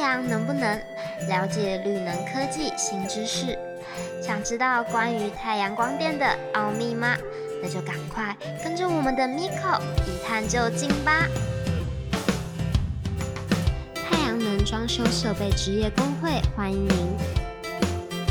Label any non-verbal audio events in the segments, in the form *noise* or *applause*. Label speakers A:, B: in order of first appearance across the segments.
A: 阳能不能了解绿能科技新知识？想知道关于太阳光电的奥秘吗？那就赶快跟着我们的 Miko 一探究竟吧！太阳能装修设备职业工会欢迎您。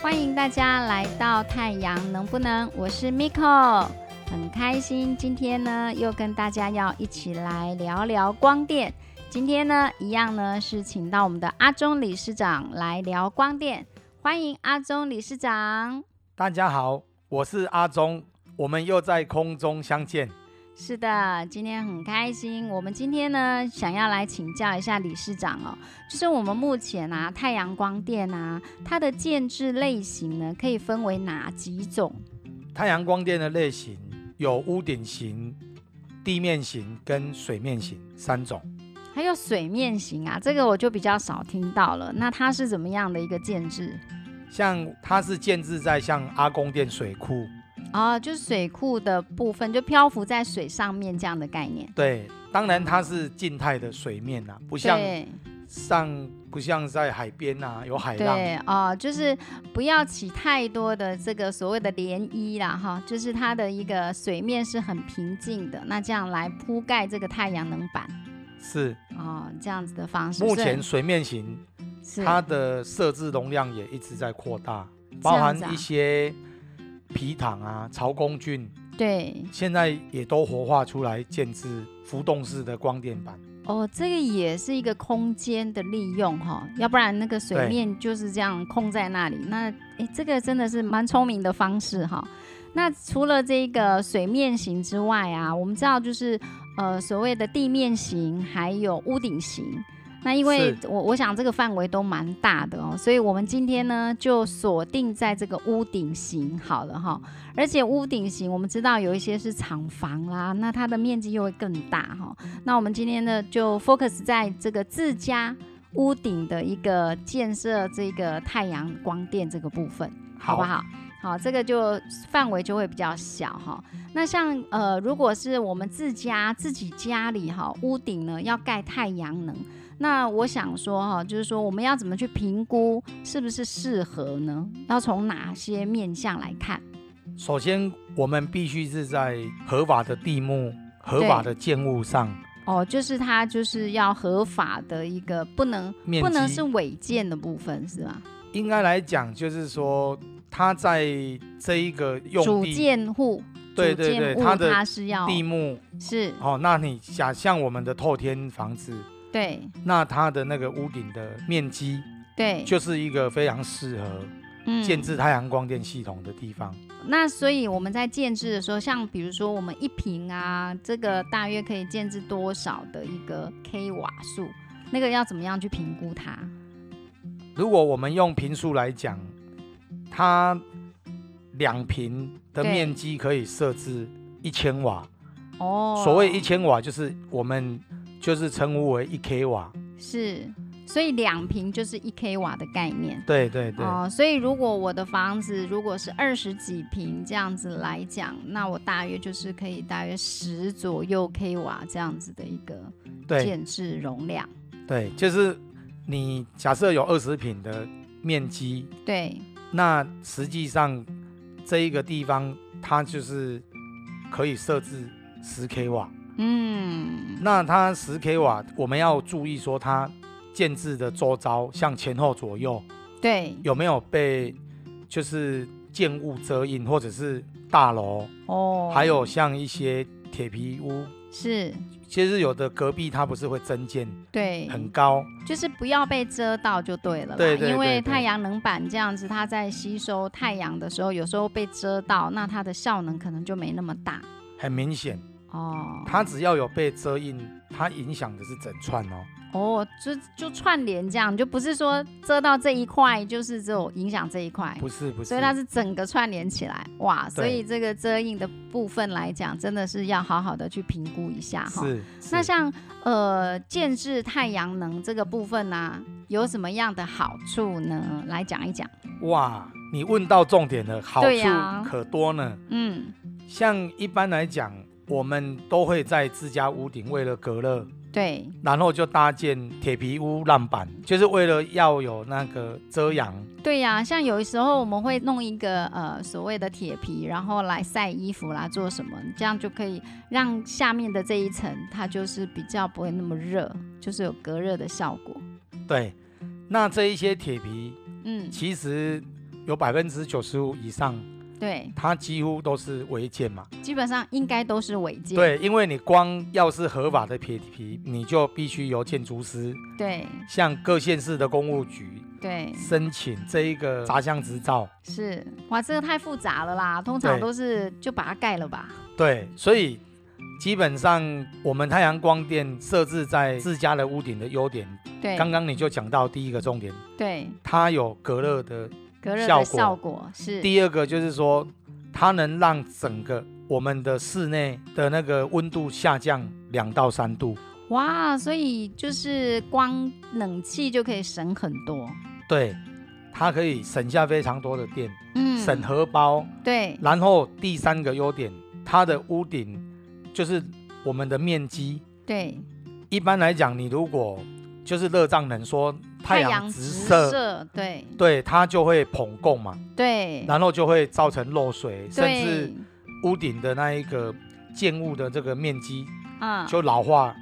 B: 欢迎大家来到太阳能不能？我是 Miko，很开心今天呢又跟大家要一起来聊聊光电。今天呢一样呢是请到我们的阿中理事长来聊光电，欢迎阿中理事长。
C: 大家好，我是阿忠，我们又在空中相见。
B: 是的，今天很开心。我们今天呢，想要来请教一下理事长哦，就是我们目前啊，太阳光电啊，它的建制类型呢，可以分为哪几种？
C: 太阳光电的类型有屋顶型、地面型跟水面型三种。
B: 还有水面型啊，这个我就比较少听到了。那它是怎么样的一个建制？
C: 像它是建制在像阿公殿水库，
B: 哦，就是水库的部分，就漂浮在水上面这样的概念。
C: 对，当然它是静态的水面啦、不像
B: 对
C: 上不像在海边呐、有海浪。
B: 对哦，就是不要起太多的这个所谓的涟漪啦，哈，就是它的一个水面是很平静的，那这样来铺盖这个太阳能板
C: 是
B: 哦，这样子的方式。
C: 目
B: 所以
C: 前水面型
B: 是
C: 它的设置容量也一直在扩大，
B: 这
C: 包
B: 样
C: 含
B: 子啊
C: 一些皮塘啊、曹公郡。
B: 对
C: 现在也都活化出来建制浮动式的光电板。
B: 哦，这个也是一个空间的利用哈、要不然那个水
C: 对
B: 面就是这样空在那里。那诶，这个真的是蛮聪明的方式哈、那除了这个水面型之外啊，我们知道就是呃所谓的地面型还有屋顶型。那因为我我想这个范围都蛮大的哦，所以我们今天呢就锁定在这个屋顶型好了哈、而且屋顶型我们知道有一些是厂房啦，那它的面积又会更大哈、那我们今天呢，就 focus 在这个自家屋顶的一个建设，这个太阳光电这个部分，好不？好？好，这个就范围就会比较小哈。那像呃，如果是我们自家自己家里哈，屋顶呢要盖太阳能，那我想说哈，就是说我们要怎么去评估是不是适合呢？要从哪些面向来看？
C: 首先，我们必须是在合法的地目、合法的建物上，
B: 哦，就是它就是要合法的一个，不能
C: 面
B: 不能
C: 积
B: 是违建的部分是吧？
C: 应该来讲就是说，它在这一个用
B: 主
C: 地，
B: 建户，
C: 对
B: 主
C: 对
B: 建
C: 对，
B: 物
C: 它的
B: 是哦要
C: 地目
B: 是，
C: 哦，那你想像我们的透天房子，
B: 对
C: 那它的那个屋顶的面积
B: 对，
C: 就是一个非常适合
B: 嗯
C: 建制太阳光电系统的地方。
B: 那所以我们在建制的时候，像比如说我们一平啊，这个大约可以建制多少的一个 k 瓦数？那个要怎么样去评估它？
C: 如果我们用平数来讲，它两平的
B: 对
C: 面积可以设置一千瓦。
B: 哦，
C: 所谓一千瓦，就是我们就是称呼为一 k 瓦。
B: 是，所以两平就是一 k 瓦的概念。
C: 对对对，
B: 哦，所以如果我的房子如果是二十几平这样子来讲，那我大约就是可以大约十左右 k 瓦这样子的一个
C: 对
B: 建制容量。
C: 对，就是你假设有二十平的面积，
B: 对，
C: 那实际上这一个地方它就是可以设置十 k 瓦。
B: 嗯，
C: 那它十 k 瓦，我们要注意说它建制的周遭，像前后左右。
B: 对，
C: 有没有被就是建物遮荫，或者是大楼，
B: 哦，
C: 还有像一些铁皮屋，
B: 是，
C: 其实有的隔壁它不是会增建
B: 对，
C: 很高，
B: 就是不要被遮到就对了啦。
C: 对对
B: 因为
C: 对对
B: 太阳能板这样子，它在吸收太阳的时候，有时候被遮到，那它的效能可能就没那么大。
C: 很明显，
B: 哦，
C: 它只要有被遮荫，它影响的是整串哦。
B: 哦，就就串联这样，就不是说遮到这一块，就是只有影响这一块，
C: 不是不是，
B: 哎所以它是整个串联起来，哇！所
C: 对
B: 以这个遮荫的部分来讲，真的是要好好的去评估一下哈。
C: 是
B: 那
C: 是
B: 像呃建制太啊阳能这个部分呢、有什么样的好处呢？来讲一讲。
C: 哇，你问到重点了，好
B: 对
C: 处
B: 呀
C: 可多呢。
B: 嗯，
C: 像一般来讲，我们都会在自家屋顶为了隔热，
B: 对，
C: 然后就搭建铁皮屋浪板，就是为了要有那个遮阳。
B: 对呀、像有时候我们会弄一个呃所谓的铁皮，然后来晒衣服啦，做什么，这样就可以让下面的这一层它就是比较不会那么热，就是有隔热的效果。
C: 对，那这一些铁皮
B: 嗯，
C: 其实有百分之九十五以上，
B: 对，
C: 它几乎都是违建嘛。
B: 基本上应该都是违建。
C: 对，因为你光要是合法的铁皮，你就必须由建筑师
B: 对
C: 向各县市的公务局
B: 对，
C: 申请这一个杂项执照。
B: 是哇，这个太复杂了啦，通常
C: 对
B: 都是就把它盖了吧。
C: 对，所以基本上我们太阳光电设置在自家的屋顶的优点，
B: 对
C: 刚刚你就讲到第一个重点，
B: 对，
C: 它有隔热的；
B: 隔热
C: 效
B: 的
C: 果
B: 效果是
C: 第二个就是说，它能让整个我们的室内的那个温度下降两到三度。
B: 哇，所以就是光冷气就可以省很多。
C: 对，它可以省下非常多的电，
B: 嗯，
C: 省荷包。
B: 对
C: 然后第三个优点，它的屋顶就是我们的面积。
B: 对，
C: 一般来讲，你如果就是热胀冷缩，太阳直射，嗯
B: 对
C: 对它就会膨供嘛，
B: 对
C: 然后就会造成漏水，甚
B: 对
C: 至，屋顶的那一个建物的这个面积
B: 嗯，
C: 就老化。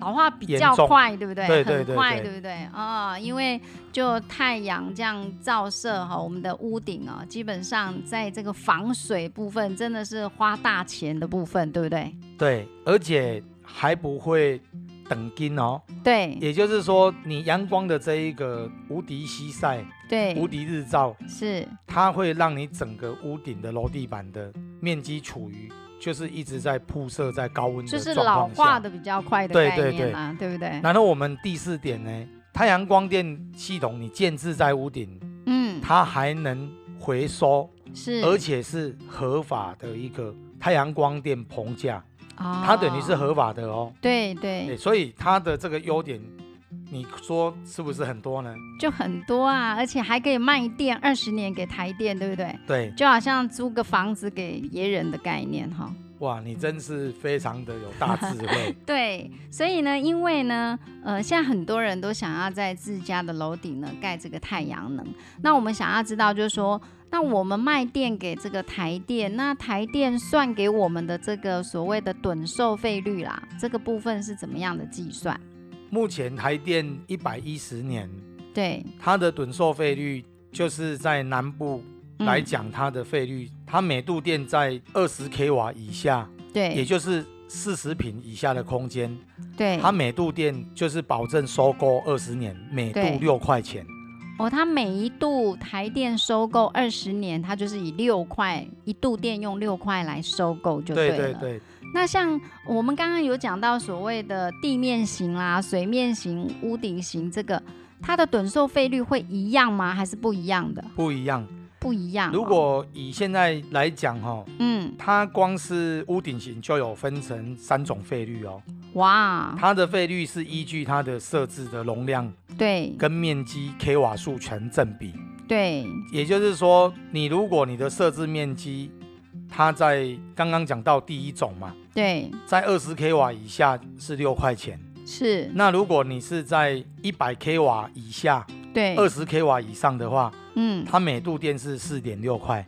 B: 老化比
C: 严
B: 较
C: 重
B: 快，对不对？
C: 对对
B: 很
C: 对
B: 快，
C: 对
B: 对不对？啊、因为就太阳这样照射哈，我们的屋顶啊、基本上在这个防水部分真的是花大钱的部分，对不对？
C: 对，而且还不会等根哦，
B: 嗯对
C: 也就是说，你阳光的这一个无敌西晒、无
B: 对，
C: 敌日照，
B: 是，
C: 它会让你整个屋顶的楼地板的面积处于就是一直在铺设在高温
B: 就
C: 的
B: 是
C: 状
B: 老
C: 况下
B: 化。的比较快的
C: 对
B: 概
C: 对
B: 念
C: 对
B: 啦，对不对？
C: 然后我们第四点呢，太阳光电系统你建置在屋顶，
B: 嗯，
C: 它还能回收，
B: 是，
C: 而且是合法的一个太阳光电棚架，
B: 它
C: 它等于是合法的哦。
B: 哦对
C: 诶
B: 对，
C: 所以它的这个优点，你说是不是很多呢？
B: 就很多啊，而且还可以卖电二十年给台电，对不对？
C: 对，
B: 就好像租个房子给别人的概念哈。
C: 哇，你真是非常的有大智
B: *laughs*
C: 慧。
B: 对，所以呢，因为呢，呃，现在很多人都想要在自家的楼顶呢盖这个太阳能。那我们想要知道，就是说，那我们卖电给这个台电，那台电算给我们的这个所谓的趸售费率啦，这个部分是怎么样的计算？
C: 目前台电一百一十年，
B: 对，
C: 它的趸售费率就是在南部
B: 嗯
C: 来，讲，它的费率，它每度电在二十 k 瓦以下，也
B: 对
C: 就是四十平以下的空间，
B: 对，
C: 它每度电就是保证收购二十年，每
B: 对
C: 度六块钱。
B: 哦，它每一度台电收购二十年，它就是以六块一度电用六块来收购就
C: 对
B: 了。
C: 对对，
B: 那像我们刚刚有讲到所谓的地面型啦、水面型、屋顶型，这个它的趸售费率会一样吗？还是不一样的？
C: 不一样。
B: 不一样哦、
C: 如果以现在来讲哈、哦，
B: 嗯，
C: 它光是屋顶型就有分成三种费率哦，
B: 哇，
C: 它的费率是依据它的设置的容量
B: 对
C: 跟面积 k 瓦数成正比。
B: 对
C: 也就是说，你如果你的设置面积，它在刚刚讲到第一种嘛，
B: 对，
C: 在二十 k 瓦以下是六块钱。
B: 是，
C: 那如果你是在一百 k 瓦以下、
B: 对，
C: 二十 k 瓦以上的话，
B: 嗯，
C: 它每度电是四点六块。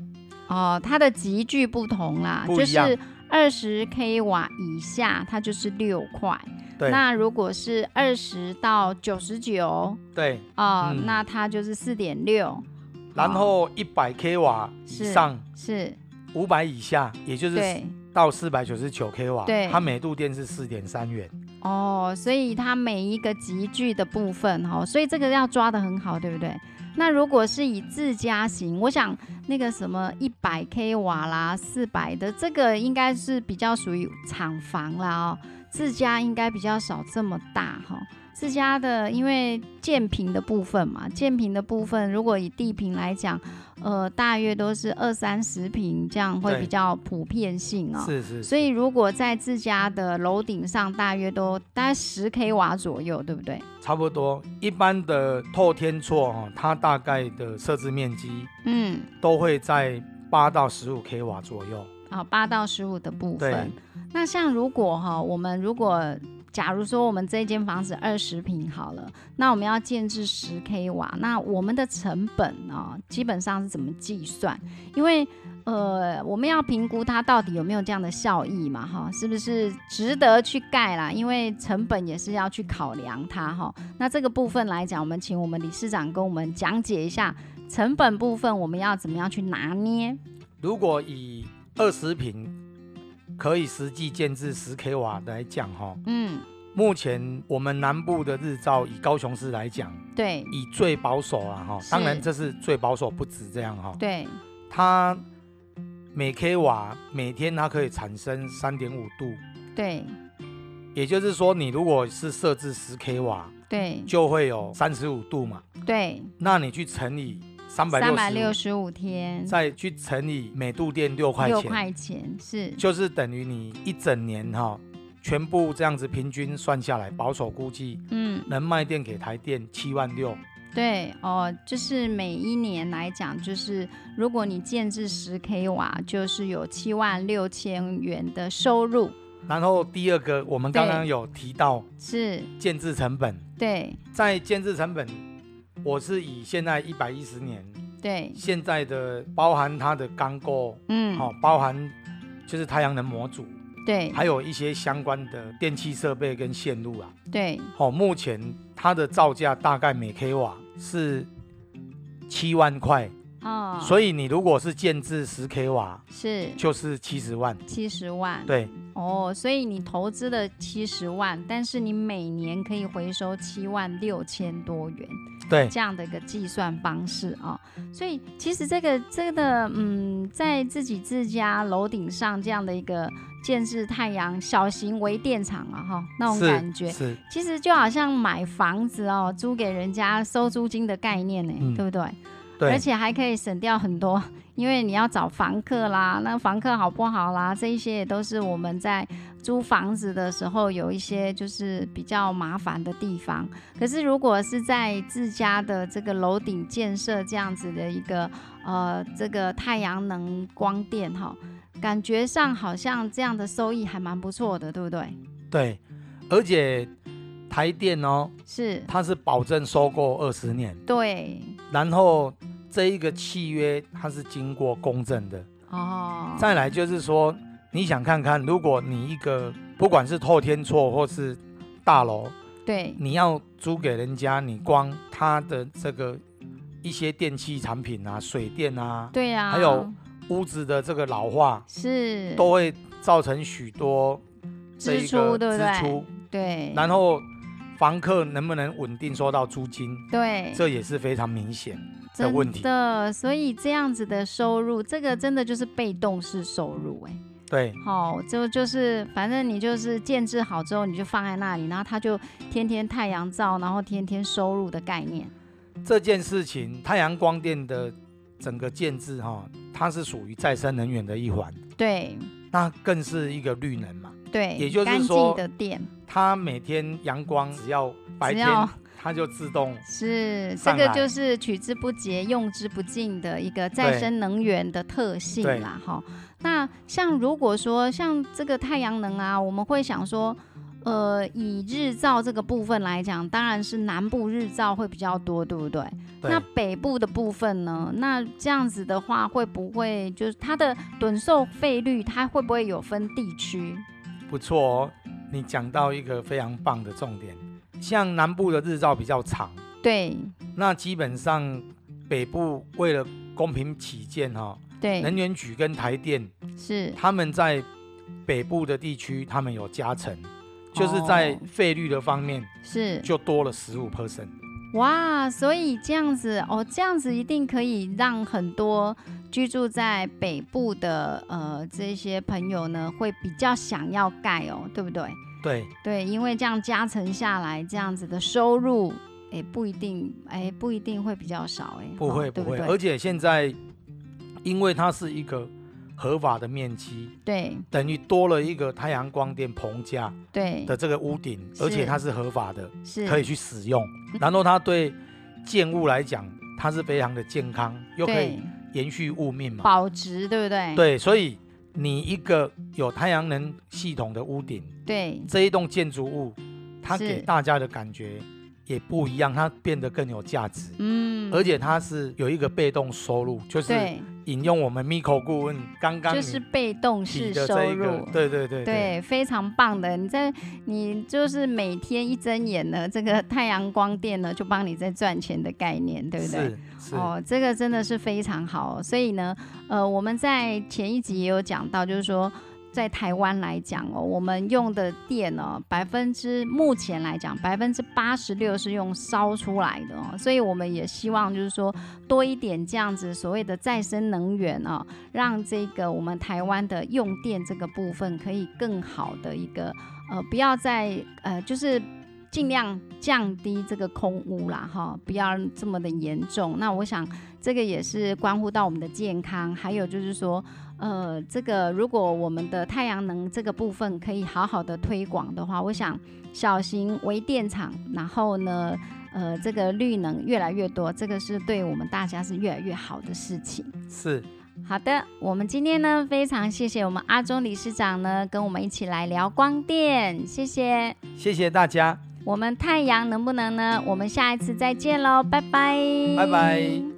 B: 哦，它的集距不同啦，
C: 不
B: 就
C: 一样
B: 是二十 k 瓦以下，它就是六块。
C: 对
B: 那如果是二十到九十九
C: 对，
B: 啊，
C: 嗯
B: 那它就是四点六，
C: 然后一百 k 瓦以上、
B: 是，
C: 五百以下，也就是
B: 对，
C: 到四百九十九 k 瓦
B: 对，
C: 它每度电是四点三元。
B: 哦，所以它每一个集聚的部分哈、哦，所以这个要抓的很好，对不对？那如果是以自家型，我想那个什么一百 k 瓦啦、四百的，这个应该是比较属于厂房啦哦，自家应该比较少这么大哈、自家的，因为建平的部分嘛，建平的部分如果以地平来讲，呃，大约都是二三十平，这样会
C: 对
B: 比较普遍性哦。
C: 是是，
B: 所以如果在自家的楼顶上，大约都大概十 k 瓦左右，对不对？
C: 差不多。一般的透天厝哦，它大概的设置面积
B: 嗯，
C: 都会在八到十五 k 瓦左右。
B: 好，八到十五的部
C: 对
B: 分。那像如果哈，我们如果假如说我们这间房子二十平好了，那我们要建制十 k 瓦，那我们的成本呢、基本上是怎么计算？因为呃，我们要评估它到底有没有这样的效益嘛，哈，是不是值得去盖啦？因为成本也是要去考量它哈。那这个部分来讲，我们请我们理事长跟我们讲解一下成本部分，我们要怎么样去拿捏？
C: 如果以二十平可以实际建制十 k 瓦来讲哈、哦，
B: 嗯，
C: 目前我们南部的日照，以高雄市来讲，
B: 对
C: 以最保守啊哈，
B: 是
C: 当然这是最保守，不止这样哈、
B: 对。
C: 它每 k 瓦每天它可以产生三点五度，
B: 对
C: 也就是说，你如果是设置十 k 瓦，
B: 对
C: 就会有三十五度嘛，
B: 对，
C: 那你去乘以三百
B: 三百
C: 六
B: 六
C: 十，
B: 十五天，
C: 再去乘以每度电六块
B: 六
C: 钱，
B: 块钱是
C: 就是等于你一整年哈、全部这样子平均算下来，保守估计
B: 嗯
C: 能卖电给台电七万六。
B: 对哦，就是每一年来讲，就是如果你建制十 k 瓦，就是有七万六千元的收入，
C: 然后第二个，我们刚刚
B: 对
C: 有提到
B: 是
C: 建制成本，
B: 对
C: 在建制成本，我是以现在一百一十年
B: 对，
C: 现在的包含它的钢构，
B: 嗯
C: 好、包含就是太阳能模组，
B: 对
C: 还有一些相关的电器设备跟线路啊。
B: 对
C: 好、目前它的造价大概每 k 瓦是七万块，
B: 哦，
C: 所以你如果是建制十 k 瓦，
B: 是
C: 就是七十万。
B: 七十万，
C: 对，
B: 哦，所以你投资了七十万，但是你每年可以回收七万六千多元。
C: 对，
B: *laughs* 这样的一个计算方式啊、所以其实这个这个嗯，在自己自家楼顶上这样的一个建置太阳小型微电厂啊哈，那种
C: 是
B: 感觉，
C: 是，
B: 其实就好像买房子哦，租给人家收租金的概念呢、
C: 嗯
B: 对不对？而
C: 对，
B: 且还可以省掉很多， *laughs* 因为你要找房客啦，那房客好不好啦，这一些也都是我们在租房子的时候有一些就是比较麻烦的地方。可是如果是在自家的这个楼顶建设这样子的一个呃这个太阳能光电哈，感觉上好像这样的收益还蛮不错的，对不对？
C: 对，而且台电哦，
B: 是，
C: 它是保证收购二十年，
B: 对，
C: 然后这一个契约它是经过公证的。
B: 哦，
C: 再来就是说，你想看看，如果你一个不管是透天厝或是大楼，
B: 对
C: 你要租给人家，你光它的这个一些电器产品啊、水电啊、
B: 对呀、
C: 还有屋子的这个老化，
B: 是
C: 都会造成许多这
B: 支
C: 一个
B: 出，对不
C: 支
B: 对？
C: 出，
B: 对，
C: 然后房客能不能稳定收到租金，
B: 对，
C: 这也是非常明显。
B: 真
C: 问题嗯
B: 的，所以这样子的收入，这个真的就是被动式收入、哎，
C: 对，
B: 好、就就是反正你就是建制好之后，你就放在那里，然后它就天天太阳照，然后天天收入的概念，
C: 这件事情，太阳光电的整个建制哈、它是属于再生能源的一环，
B: 对
C: 那更是一个绿能嘛。
B: 对，
C: 也就是
B: 干
C: 说
B: 净的电，
C: 它每天阳光只要白
B: 只
C: 天
B: 要，
C: 它就自动
B: 是这
C: 上
B: 个
C: 来
B: 就是取之不竭、用之不尽的一个再
C: 对
B: 生能源的特性
C: 对
B: 啦，哈。那像如果说像这个太阳能啊，我们会想说，呃，以日照这个部分来讲，当然是南部日照会比较多，对不对？
C: 对
B: 那北部的部分呢？那这样子的话，会不会就是它的趸售费率，它会不会有分地区？
C: 不错哦。你讲到一个非常棒的重点，像南部的日照比较长，
B: 对
C: 那基本上北部为了公平起见哈、
B: 对，
C: 能源局跟台电
B: 是
C: 他们在北部的地区他们有加成，就是
B: 哦
C: 在费率的方面
B: 是。
C: 就多了十五 percent。
B: 哇，所以这样子哦，这样子一定可以让很多居住在北部的呃这些朋友呢，会比较想要盖哦，对不对？
C: 对，
B: 对，因为这样加成下来，这样子的收入，哎，不一定，哎，不一定会比较少，哎，
C: 不会
B: 哦
C: 不
B: 对
C: 会，
B: 不
C: 而
B: 对？
C: 且现在因为它是一个合法的面积，
B: 对
C: 等于多了一个太阳光电棚架
B: 对
C: 的这个屋顶，
B: 嗯是
C: 而且它是合法的，
B: 是，嗯
C: 可以去使用。然后它对建物来讲，它是非常的健康，又可以
B: 对
C: 延续物命嘛。
B: 保值，对不对？
C: 对，所以你一个有太阳能系统的屋顶，
B: 对
C: 这一栋建筑物，它
B: 是
C: 给大家的感觉也不一样，它变得更有价值。
B: 嗯，
C: 而且它是有一个被动收入，就是
B: 对，
C: 引用我们 Miko 顾问刚刚
B: 就
C: 你
B: 是被动
C: 提
B: 式
C: 的
B: 收
C: 这一
B: 入
C: 个，，对对对
B: 对，非常棒的。你在你就是每天一睁眼呢，这个太阳光电呢就帮你在赚钱的概念，对不对？
C: 是是
B: 哦，这个真的是非常好、所以呢，呃，我们在前一集也有讲到，就是说。在台湾来讲哦，我们用的电呢，百分之目前来讲，百分之八十六是用烧出来的哦，所以我们也希望就是说多一点这样子所谓的再生能源哦，让这个我们台湾的用电这个部分可以更好的一个呃，不要再呃就是尽量降低这个空污啦，哈，不要这么的严重。那我想这个也是关乎到我们的健康，还有就是说，呃，这个如果我们的太阳能这个部分可以好好的推广的话，我想小型微电厂，然后呢，呃，这个绿能越来越多，这个是对我们大家是越来越好的事情。
C: 是。
B: 好的，我们今天呢，非常谢谢我们阿中理事长呢，跟我们一起来聊光电，谢谢。
C: 谢谢大家，
B: 我们太阳能不能呢？我们下一次再见喽，拜拜，
C: 拜拜。